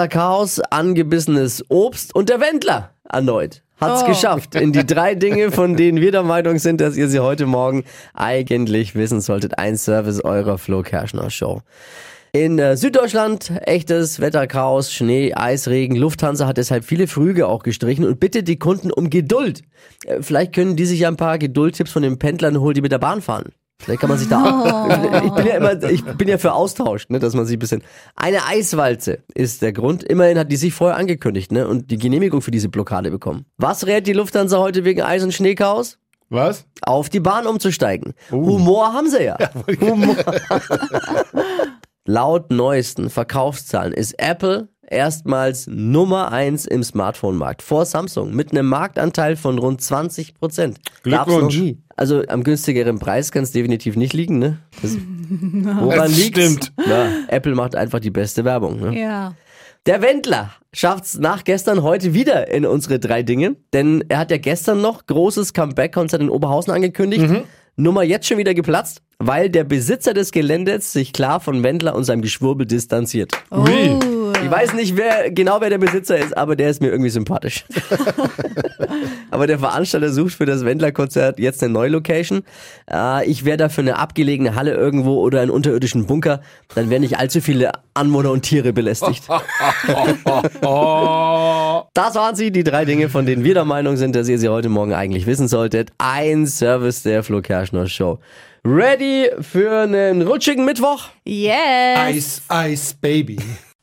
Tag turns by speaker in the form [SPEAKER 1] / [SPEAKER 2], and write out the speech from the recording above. [SPEAKER 1] Wetterchaos, angebissenes Obst und der Wendler erneut. Hat's
[SPEAKER 2] Oh.
[SPEAKER 1] geschafft in die drei Dinge, von denen wir der Meinung sind, dass ihr sie heute Morgen eigentlich wissen solltet. Ein Service eurer Flo Kerschner Show. In äh, Süddeutschland echtes Wetterchaos, Schnee, Eisregen. Lufthansa hat deshalb viele Flüge auch gestrichen und bittet die Kunden um Geduld. Äh, vielleicht können die sich ja ein paar Geduldtipps von den Pendlern holen, die mit der Bahn fahren. Vielleicht kann man sich da. Ich bin ja immer, ich bin ja für Austausch, ne, dass man sich ein bisschen. Eine Eiswalze ist der Grund. Immerhin hat die sich vorher angekündigt, ne, und die Genehmigung für diese Blockade bekommen. Was rät die Lufthansa heute wegen Eis- und Schneekaos?
[SPEAKER 3] Was?
[SPEAKER 1] auf die Bahn umzusteigen. Humor haben sie ja. Humor. Laut neuesten Verkaufszahlen ist Apple erstmals Nummer eins im Smartphone-Markt vor Samsung mit einem Marktanteil von rund 20 Prozent.
[SPEAKER 3] Glückwunsch.
[SPEAKER 1] Also am günstigeren Preis kann es definitiv nicht liegen, ne? Das, woran
[SPEAKER 3] Das
[SPEAKER 1] liegt's?
[SPEAKER 3] stimmt.
[SPEAKER 1] Ja, Apple macht einfach die beste Werbung. Ne?
[SPEAKER 2] Ja.
[SPEAKER 1] Der Wendler schafft's nach gestern heute wieder in unsere drei Dinge, denn er hat ja gestern noch großes Comeback-Konzert in Oberhausen angekündigt. Nummer jetzt schon wieder geplatzt, weil der Besitzer des Geländes sich klar von Wendler und seinem Geschwurbel distanziert.
[SPEAKER 2] Oh.
[SPEAKER 1] Ich weiß nicht, wer genau wer der Besitzer ist, aber der ist mir irgendwie sympathisch. aber der Veranstalter sucht für das Wendler-Konzert jetzt eine neue Location. Äh, ich wäre da für eine abgelegene Halle irgendwo oder einen unterirdischen Bunker. Dann wären nicht allzu viele Anwohner und Tiere belästigt.
[SPEAKER 3] Oh,
[SPEAKER 1] Das waren sie, die drei Dinge, von denen wir der Meinung sind, dass ihr sie heute Morgen eigentlich wissen solltet. Ein Service der Flo Kerschner Show. Ready für einen rutschigen Mittwoch?
[SPEAKER 2] Yes.
[SPEAKER 3] Ice, Ice Baby.